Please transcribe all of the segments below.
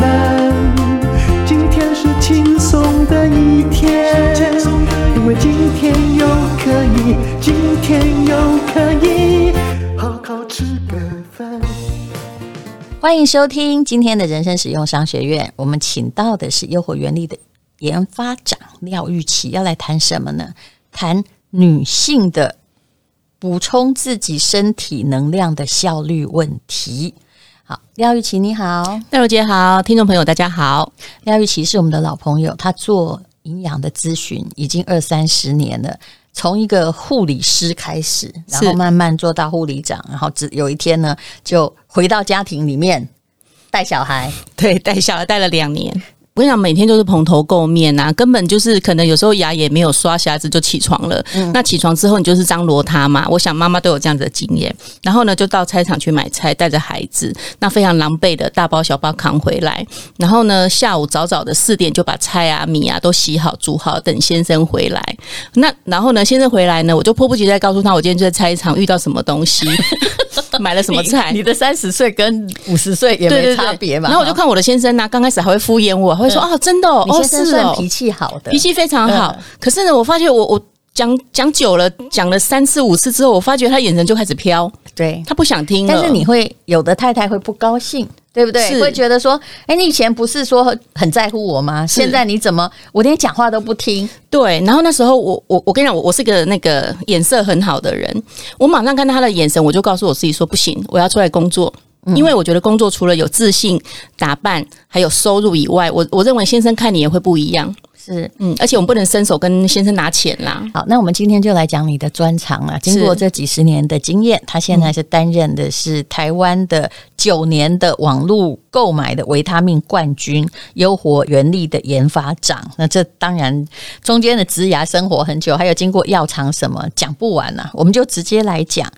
难。今天是轻松的一天。因为今天又可以，今天又可以好好吃个饭。欢迎收听今天的人生使用商学院。我们请到的是优活原力的研发长廖玉琪，要来谈什么呢？谈女性的补充自己身体能量的效率问题。好，廖玉琪你好，戴茹姐好，听众朋友大家好。廖玉琪是我们的老朋友，她做营养的咨询已经二三十年了，从一个护理师开始，然后慢慢做到护理长，然后只有一天呢，就回到家庭里面带小孩。对，带小孩带了两年，我跟你讲，每天都是蓬头垢面啊，根本就是可能有时候牙也没有刷，下子就起床了。那起床之后，你就是张罗他嘛。我想妈妈都有这样子的经验。然后呢，就到菜场去买菜，带着孩子，那非常狼狈的大包小包扛回来。然后呢，下午早早的四点就把菜啊、米啊都洗好、煮好，等先生回来。那然后呢，先生回来呢，我就迫不及待告诉他，我今天就在菜场遇到什么东 西，买了什么菜。你的三十岁跟五十岁也对对没对差别嘛。然后我就看我的先生呢、刚开始还会敷衍我，还会说啊，真的哦，你哦先生是算哦，脾气好的，脾气非常好嗯。可是呢，我发觉我我讲讲久了，讲了三次五次之后，我发觉他眼神就开始飘，对。他不想听了。但是你会有的太太会不高兴，对不对？嗯是会觉得说，哎，你以前不是说很在乎我吗？现在你怎么我连讲话都不听？对，然后那时候我我我跟你讲，我我是个那个眼色很好的人，我马上看到他的眼神，我就告诉我自己说不行，我要出来工作。嗯因为我觉得工作除了有自信、打扮，还有收入以外，我我认为先生看你也会不一样。是嗯，而且我们不能伸手跟先生拿钱啦。好，那我们今天就来讲你的专长啊。经过这几十年的经验，他现在是担任的是台湾的九年的网络购买的维他命冠军优活原力的研发长。那这当然中间的职涯生活很久，还有经过药厂什么讲不完呐、我们就直接来讲。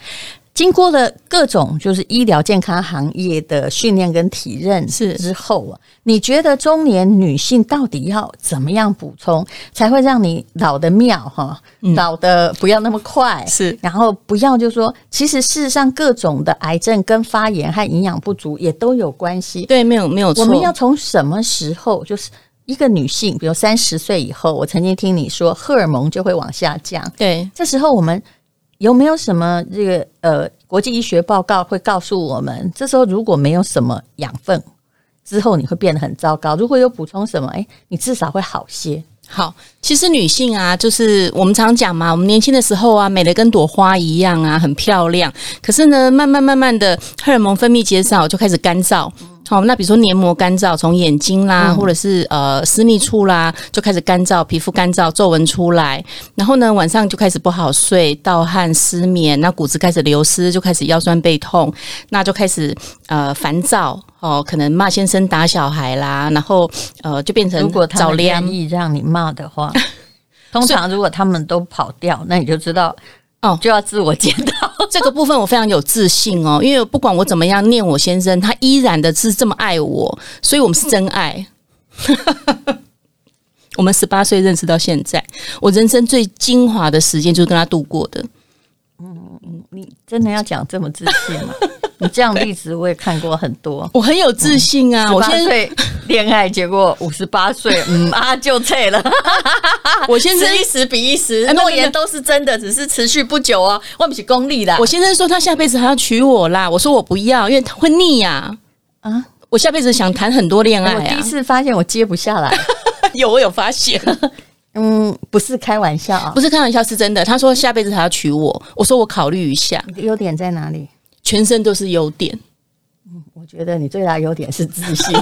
经过了各种就是医疗健康行业的训练跟体认是之后啊，你觉得中年女性到底要怎么样补充，才会让你老的妙哈，嗯老的不要那么快，是然后不要就说，其实事实上各种的癌症跟发炎和营养不足也都有关系。对，没有没有错。我们要从什么时候就是？一个女性，比如三十岁以后，我曾经听你说荷尔蒙就会往下降，对这时候我们有没有什么这个呃国际医学报告会告诉我们？这时候如果没有什么养分，之后你会变得很糟糕。如果有补充什么，哎，你至少会好些。好，其实女性啊，就是我们常讲嘛，我们年轻的时候啊，美得跟朵花一样啊，很漂亮。可是呢，慢慢慢慢的，荷尔蒙分泌减少，就开始干燥。嗯好、那比如说黏膜干燥，从眼睛啦，或者是呃私密处啦，就开始干燥，皮肤干燥，皱纹出来。然后呢，晚上就开始不好睡，盗汗、失眠，那骨质开始流失，就开始腰酸背痛，那就开始呃烦躁。哦，可能骂先生、打小孩啦，然后呃，就变成如果他早们恋愿意让你骂的 话，通常如果他们都跑掉，那你就知道哦就要自我检 讨。这个部分我非常有自信哦，因为不管我怎么样念我先生，他依然的是这么爱我，所以我们是真爱。 我们十八岁认识到现在，我人生最精华的时间就是跟他度过的。你真的要讲这么自信 吗？你这样例子我也看过很多。我很有自信啊！我十八先岁恋爱，结果五十八岁，嗯啊， 就退了。啊我先生十一十比一十，哎诺那言都是真的，只是持续不久哦。我们是功利的，我先生说他下辈子还要娶我啦，我说我不要，因为他会腻呀、啊。啊我下辈子想谈很多恋爱我第啊一！次发现我接不下来。 有我有发现，啊嗯，不是开玩笑啊不，是开玩笑，是真的。他说下辈子还要娶我，我说我考虑一下，你的优点在哪里？全身都是优点。我觉得你最大的优点是自信，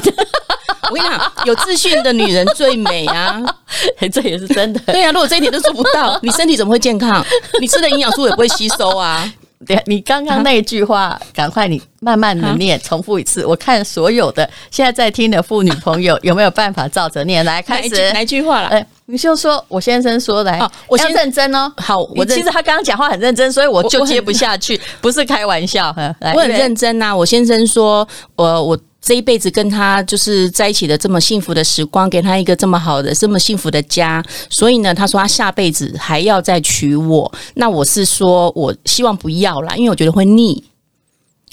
我跟你讲，有自信的女人最美啊！ 这也是真的。对啊，如果这一点都做不到，你身体怎么会健康？你吃的营养素也不会吸收啊！对，你刚刚那一句话，赶快你慢慢的念，重复一次。我看所有的现在在听的妇女朋 友有没有办法照着念来哪开一始句？哪一句话了？哎，你就说我先生说来哦，我我要先认真哦。好我我认其实他刚刚讲话很认真，所以我就接不下去，不是开玩笑。呵来我很认真呐、我先生说，呃，我这一辈子跟他就是在一起的这么幸福的时光，给他一个这么好的、这么幸福的家，所以呢，他说他下辈子还要再娶我。那我是说我希望不要啦，因为我觉得会腻。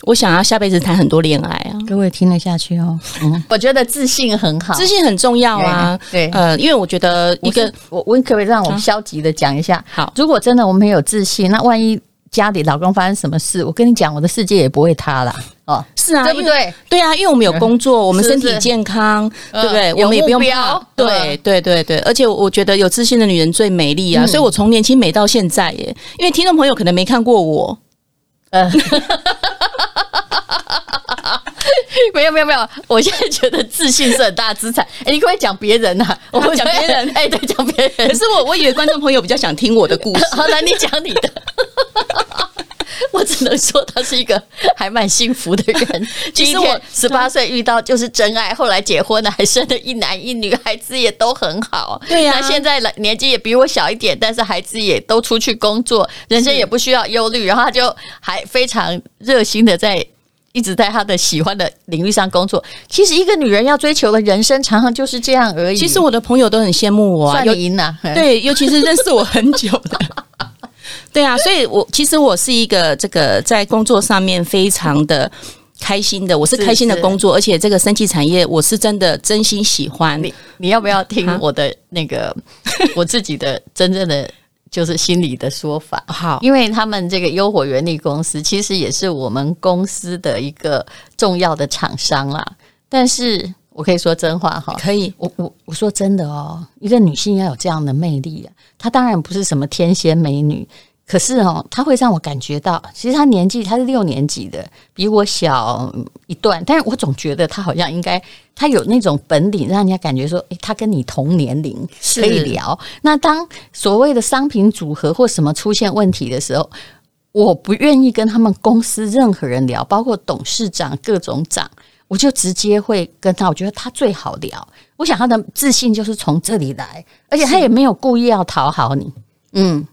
我想要下辈子谈很多恋爱啊，各位听得下去 哦。嗯，我觉得自信很好。自信很重要啊。对对呃，因为我觉得一一个个，我我可不可以让我啊消极的讲一下？好如果真的我们有自信，那万一家里老公发生什么事，我跟你讲，我的世界也不会塌了哦，是啊，对不因为？对？对啊，因为我们有工作，我们是不身是体健康，嗯对不对？有我们也不用目怕标。对对对对，而且我觉得有自信的女人最美丽啊！嗯所以我从年轻美到现在耶，因为听众朋友可能没看 过我，呃，没有没有没有，我现在觉得自信是很大资产。哎，你可不可以讲别人呐、啊？我啊们讲别人哎，对，讲别可人。。是我我以为观众朋友比较想听我的故事 好，那你讲你的。 我只能说他是一个还蛮幸福的 人。其其实实我我十八岁遇到就是真爱，后来结婚了，还生了一男一女，孩子也都很好。对呀那现在来年纪也比我小一点，但是孩子也都出去工作，人生也不需要忧虑。然后他就还非常热心的在。一直在他的喜欢的领域上工作。其实一个女人要追求的人生，常常就是这样而已。其实我的朋友都很羡慕我啊，算有你赢了，嘿对，尤其是认识我很久的。对啊，所以我其实我是一个这个在工作上面非常的开心的，我是是开心的是工作，而且这个生技产业我是真的真心喜欢。你你要不要听啊我的那个 我自己的真正的就是心里的说法？好，因为他们这个优火原力公司其实也是我们公司的一个重要的厂商啦。但是我可以说真话哈，可以，我我我说真的哦，一个女性要有这样的魅力啊，她当然不是什么天仙美女，可是哦，她会让我感觉到，其实她年纪她是六年级的，比我小嗯一段，但是我总觉得她好像应该，她有那种本领，让人家感觉说，诶，她跟你同年龄是可以聊。那当所谓的商品组合或什么出现问题的时候，我不愿意跟他们公司任何人聊，包括董事长、各种长，我就直接会跟他。我觉得他最好聊，我想他的自信就是从这里来，而且他也没有故意要讨好你。嗯，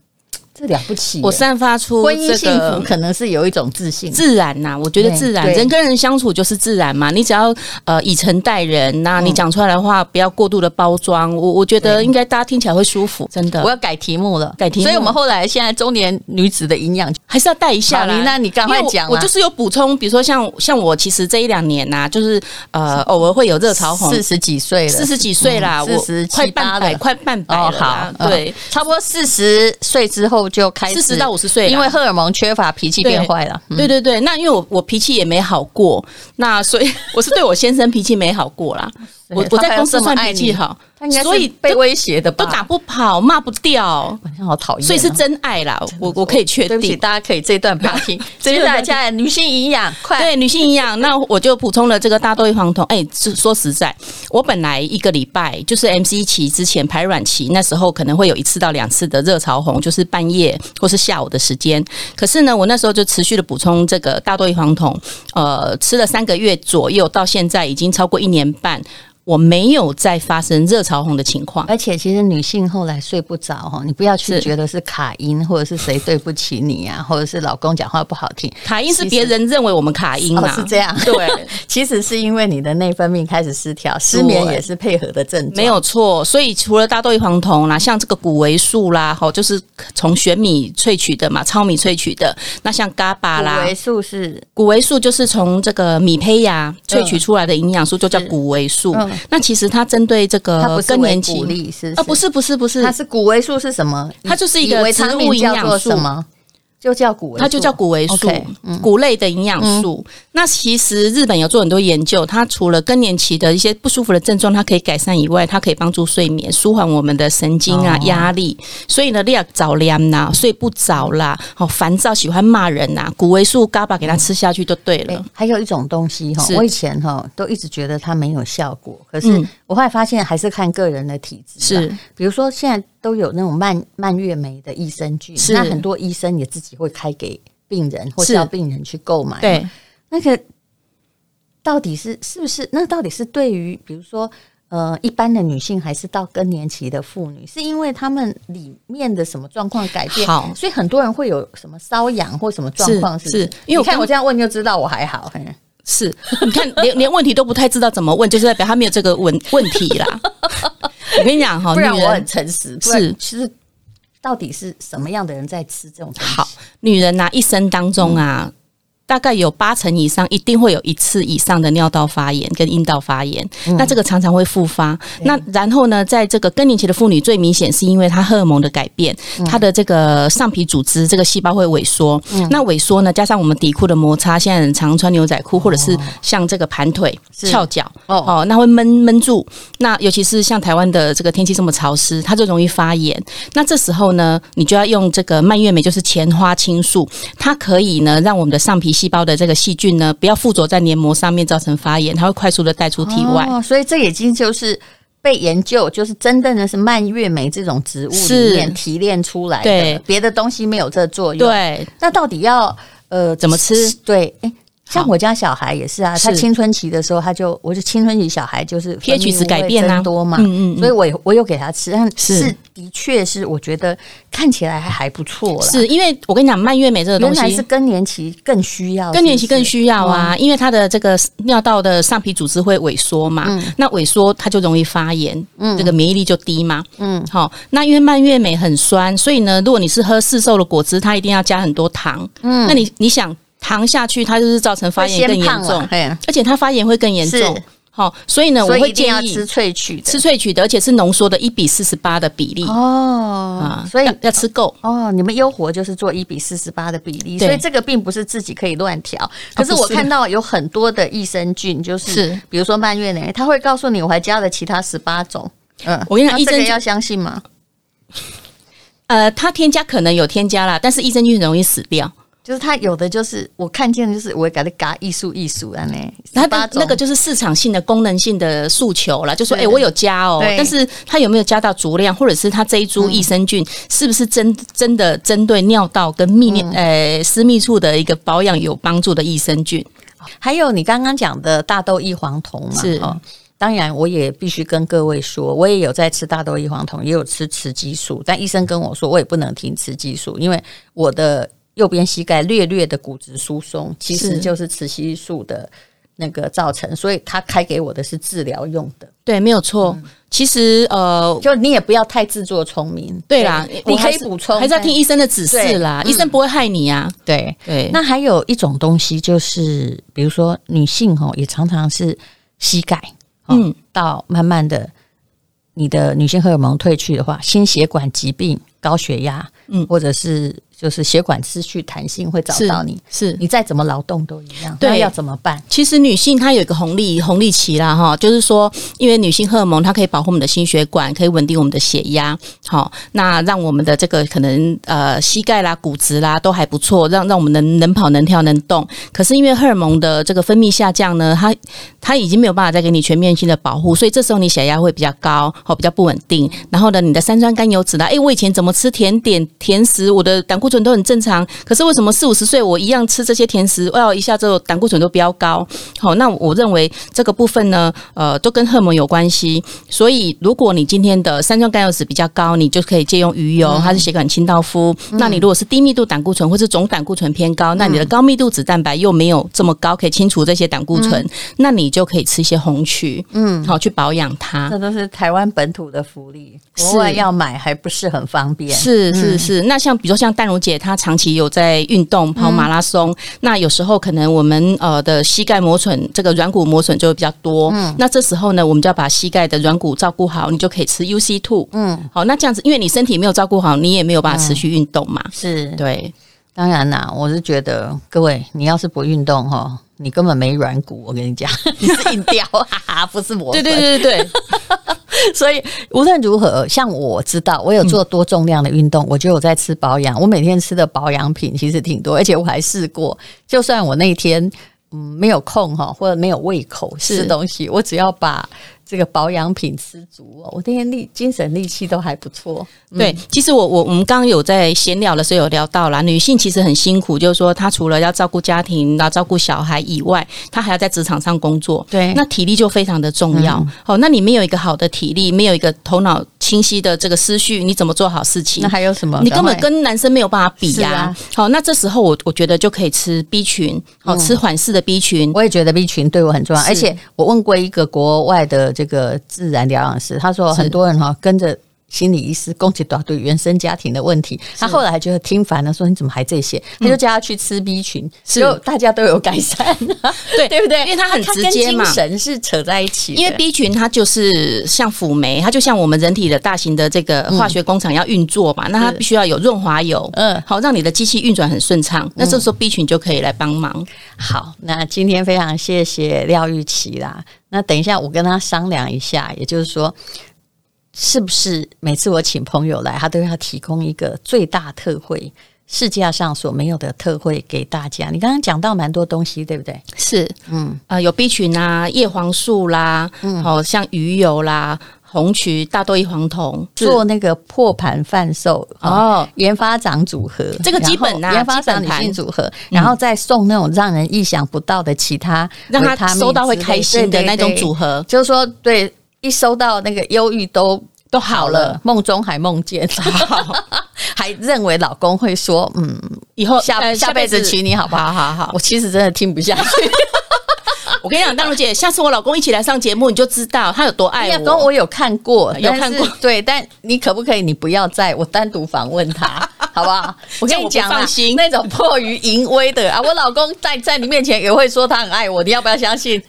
这了不起耶、我散发出婚姻这幸个福可能是有一种自信，自然呐、我觉得对自然，对人跟人相处就是自然嘛。你只要呃以诚待人呐、嗯你讲出来的话不要过度的包装，我我觉得应该大家听起来会舒服，真我的。要改题目了，改题目所以我们后来现在中年女子的营养还是要带一下好啦你。那你赶快因为我讲啊啦我就是有补充，比如说像像我其实这一两年呐、啊就是呃偶尔会有热潮红四，十几岁了，四十几岁啦，嗯我47快半八百，了快半百哦了，啦好，，对嗯。差不多四十岁之后就开始40到50岁啦因为荷尔蒙缺乏，脾气变对坏了。嗯对对对，那因为我我脾气也没好过，那 所以我是对我先生脾气没好 过啦。我我他还在要公司这么算爱脾气你好他应该，所所以以都被威胁的吧？都打不跑，骂不掉，好像好讨厌哦，所以是真爱啦。我我可以确对不起，定。大家可以这一段 不要听。这一接下段不要来，听接下来女性营养，快对女性营养，那我就补充了这个大豆异黄酮。哎、说说实在，我本来一个礼拜就是 MC 期之前排卵期，那时候可能会有一次到两次的热潮红，就是半夜或是下午的时间。可是呢，我那时候就持续的补充这个大豆异黄酮，呃，吃了三个月左右，到现在已经超过一年半，我没有再发生热潮红的情况。而且，其实女性后来睡不着哈，你不要去是觉得是卡音，或者是谁对不起你啊，或者是老公讲话不好听，卡因其是实别人认为我们卡因哦嘛、是这样对。 其实是因为你的内分泌开始失调，失眠也是配合的症状。没有错，所以除了大豆异黄酮啦，像这个谷维素啦，吼，就是从玄米萃取的嘛，糙米萃取的。那像 GABA 谷啦维，素是谷维素就是从这个米胚芽萃取出来的营养素，就叫嗯是谷维素嗯。那其实它针对这它不个是更年维期骨力呃是啊，不是不是不是它，是谷维素是什么？它就是一以个维植他物命营叫做养素什。么？就叫谷维素，它就叫谷维素 OK，，谷类的营养素。嗯那其实日本有做很多研究，它除了更年期的一些不舒服的症状，它可以改善以外，它可以帮助睡眠，舒缓我们的神经啊、哦压力。所以呢，你要早凉啦，睡不着啦，好烦躁，喜欢骂人呐、谷维素 GABA 给它吃下去就对哎了。还有一种东西哈是，我以前哈都一直觉得它没有效果，可是嗯我后来发现还是看个人的体质。是，比如说现在都有那种蔓蔓越莓的益生菌是，那很多医生也自己会开给病人，或是是要病人去购买。对，那个到底是是不是？那到底是对于比如说呃一般的女性，还是到更年期的妇女？是因为她们里面的什么状况改变？好所以很多人会有什么瘙痒或什么状况？是是不是是因为我你看刚我这样问就知道我还好。嘿是，你看连连问题都不太知道怎么问，就是代表他没有这个问问题 啦。我跟你讲哈，不然哦女我人很诚实。不然其实到底是什么样的人在吃这种东西？好，女人呐、一生当中啊，大概有八成以上一定会有一次以上的尿道发炎跟阴道发炎，那这个常常会复发。那然后呢，在这个更年期的妇女最明显是因为她荷尔蒙的改变，她的这个上皮组织这个细胞会萎缩，那萎缩呢，加上我们底裤的摩擦，现在很常穿牛仔裤或者是像这个盘腿翘脚哦哦，那会闷闷住。那尤其是像台湾的这个天气这么潮湿，它就容易发炎。那这时候呢，你就要用这个蔓越莓，就是前花青素，它可以呢让我们的上皮细胞的这个细菌呢不要附着在黏膜上面造成发炎，它会快速的带出体外。哦，所以这已经就是被研究，就是真正的是蔓越莓这种植物里面是提炼出来对的，别的东西没有这作用。，对，那到底要呃怎么吃？对，哎。像好我家小孩也是啊，他是青春期的时候，他就我就青春期小孩就是分 pH 泌物值改变啊会增多嘛，嗯嗯嗯所以我有我有给他吃，但是是的确是我觉得看起来还还不错啦，是因为我跟你讲，蔓越莓这个东原来西是更年期更需要，更年期是不更哦是需要啊，因为它的这个尿道的上皮组织会萎缩嘛，嗯那萎缩它就容易发炎，这个免疫力就低嘛，嗯，好、那因为蔓越莓很酸，所以呢，如果你是喝市售的果汁，它一定要加很多糖，嗯，那你你想糖下去，它就是造成发炎更会先严哦胖重了，嘿而且它发炎会更严重是，好、所以呢，我所以会一定建要议吃萃取的吃萃取的，而且是浓缩的，一比四十八的比例、哦啊，，所以要要吃够。哦，你们优活就是做一比四十八的比例，对哦所以这个并不是自己可以乱调。可是不我是看到有很多的益生菌，就是是比如说蔓越莓，他会告诉你我还加了其他十八种。嗯，我跟你讲那益生这个菌要相信吗？呃，它添加可能有添加啦，但是益生菌很容易死掉。就是它有的就是我看见的就是我给它嘎艺术艺术啊呢，它18的种那个就是市场性的功能性的诉求了，就说哎、是诶我有加哦，对但是它有没有加到足量，或者是它这一株益生菌是不是真真的针对尿道跟泌嗯尿呃私密处的一个保养有帮助的益生菌？还有你刚刚讲的大豆异黄酮嘛，是哦。当然，我也必须跟各位说，我也有在吃大豆异黄酮，也有吃雌激素，但医生跟我说，我也不能停雌激素，因为我的右边膝盖略略的骨质疏松，其是实就是雌激素的那个造成，所以他开给我的是治疗用的，对，没有错。嗯其实呃，就你也不要太自作聪明，对啦，你可我还以是补充，还是要听医生的指示对啦，嗯医生不会害你啊。对。对，那还有一种东西，就是比如说女性哦，也常常是膝盖，哦、嗯到慢慢的你的女性荷尔蒙褪去的话，心血管疾病、高血压，嗯嗯，或者是就是血管失去弹性会找是到你，是你再怎么劳动都一样，对嗯那要怎么办？其实女性她有一个红利红利期啦，哈，就是说，因为女性荷尔蒙它可以保护我们的心血管，可以稳定我们的血压，好，那让我们的这个可能呃膝盖啦、骨质啦都还不错，让让我们能能跑能跳能动。可是因为荷尔蒙的这个分泌下降呢，它它已经没有办法再给你全面性的保护，所以这时候你血压会比较高，哦，比较不稳定。然后呢，你的三酸甘油脂啦，诶，我以前怎么吃甜点、甜食，我的胆固醇都很正常，可是为什么四五十岁我一样吃这些甜食，哇，一下就胆固醇都飙高？好，那我认为这个部分呢，呃，都跟荷尔蒙有关系。所以，如果你今天的三酸甘油脂比较高，你就可以借用鱼油，它是血管清道夫。那你如果是低密度胆固醇或是总胆固醇偏高，那你的高密度脂蛋白又没有这么高，可以清除这些胆固醇，那你就可以吃一些红曲，嗯，好去保养它这。都是台湾本土的福利，是国外要买还不是很方便。是是是，那像比如说像淡如姐，她长期有在运动跑马拉松，那有时候可能我们呃的膝盖磨损，这个软骨磨损就会比较多。那这时候呢，我们就要把膝盖的软骨照顾好，你就可以吃 UC two。嗯，好，那这样子，因为你身体没有照顾好，你也没有办法持续运动嘛。是，对，当然啦，我是觉得各位，你要是不运动哈，你根本没软骨，我跟你讲， 你是硬雕，哈哈，不是磨对损。对对对对，所以无论如何，像我知道，我有做多重量的运动，我觉得我在吃保养，我每天吃的保养品其实挺多，而且我还试过，就算我那一天。嗯没有空哈，或者没有胃口吃是东西，我只要把这个保养品吃足哦，我那天力精神力气都还不错。对，其实我我我们刚刚有在闲聊的时候有聊到啦，女性其实很辛苦，就是说她除了要照顾家庭、然后照顾小孩以外，她还要在职场上工作，对嗯那体力就非常的重要。好、那你没有一个好的体力，没有一个头脑清晰的这个思绪，你怎么做好事情那？还有什么？你根本跟男生没有办法比是呀、啊好、那这时候我我觉得就可以吃 B 群，好、吃缓释的 B 群，嗯我也觉得 B 群对我很重要，是而且我问过一个国外的这个自然疗养师，他说是很多人哈跟着。心理医师攻击对原生家庭的问题，他后来觉得听烦了，说你怎么还这些？他就叫他去吃 B 群，就大家都有改善，对对不 对？因 为他很直接嘛他跟精神是扯在一起的，因为 B 群它就是像辅酶，它就像我们人体的大型的这个化学工厂要运作嘛，那它必须要有润滑油，嗯嗯，好让你的机器运转很顺畅。那这时候 B 群就可以来帮忙。好，那今天非常谢谢廖玉琪啦。那等一下我跟他商量一下，也就是说，是不是每次我请朋友来，他都要提供一个最大特惠，世界上所没有的特惠给大家？你刚刚讲到蛮多东西，对不对？是，嗯嗯，啊，有 B 群啊，叶黄素啦，好、像鱼油啦，红曲、大豆异黄酮，做那个破盘贩售哦。哦，研发长组合，这个基本啊然后研发长女基本盘嗯性组合，然后再送那种让人意想不到的其他让维他他命收到会之类开心的对对那种对组合就是说，对，一收到那个忧郁都都好好了了。，梦中还梦 见，好，还认为老公会说，嗯，以后下、呃下辈子娶你好不好？好好好我，其实真的听不下去， 我跟你讲，大如姐，下次我老公一起来上节目，你就知道他有多爱因为我。跟我有看过，有但是看过对，但你可不可以，你不要再我单独访问 他，好不好？我这跟样你我不讲啦放心那种迫于淫威的啊，我老公在在你面前也会说他很爱我，你要不要相信？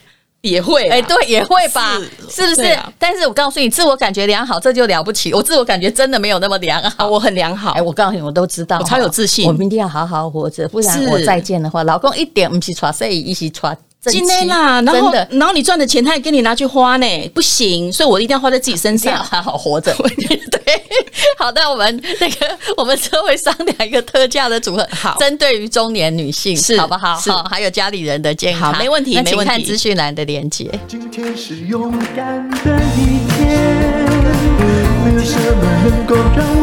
也会啦，哎、对，也会吧，是啊是不是、对啊但是我告诉你，自我感觉良好这就了不起，我自我感觉真的没有那么良好。啊，我很良好哎、。我告诉你，我都知道，我超有自信我们一定要好好活着，不然是我再见的话，老公一点不是耍睡，一起耍正妻今天啦，然真后的然后你赚的钱他也给你拿去花呢，不行，所以我一定要花在自己身一定要上。好好活着。 对，好的，我们那个我们这会商量一个特价的组合，好针对于中年女性，是好不好？是好，还有家里人的健康，好没问题那没请问看题资讯栏的连接。今天是勇敢的一天，没有什么能够让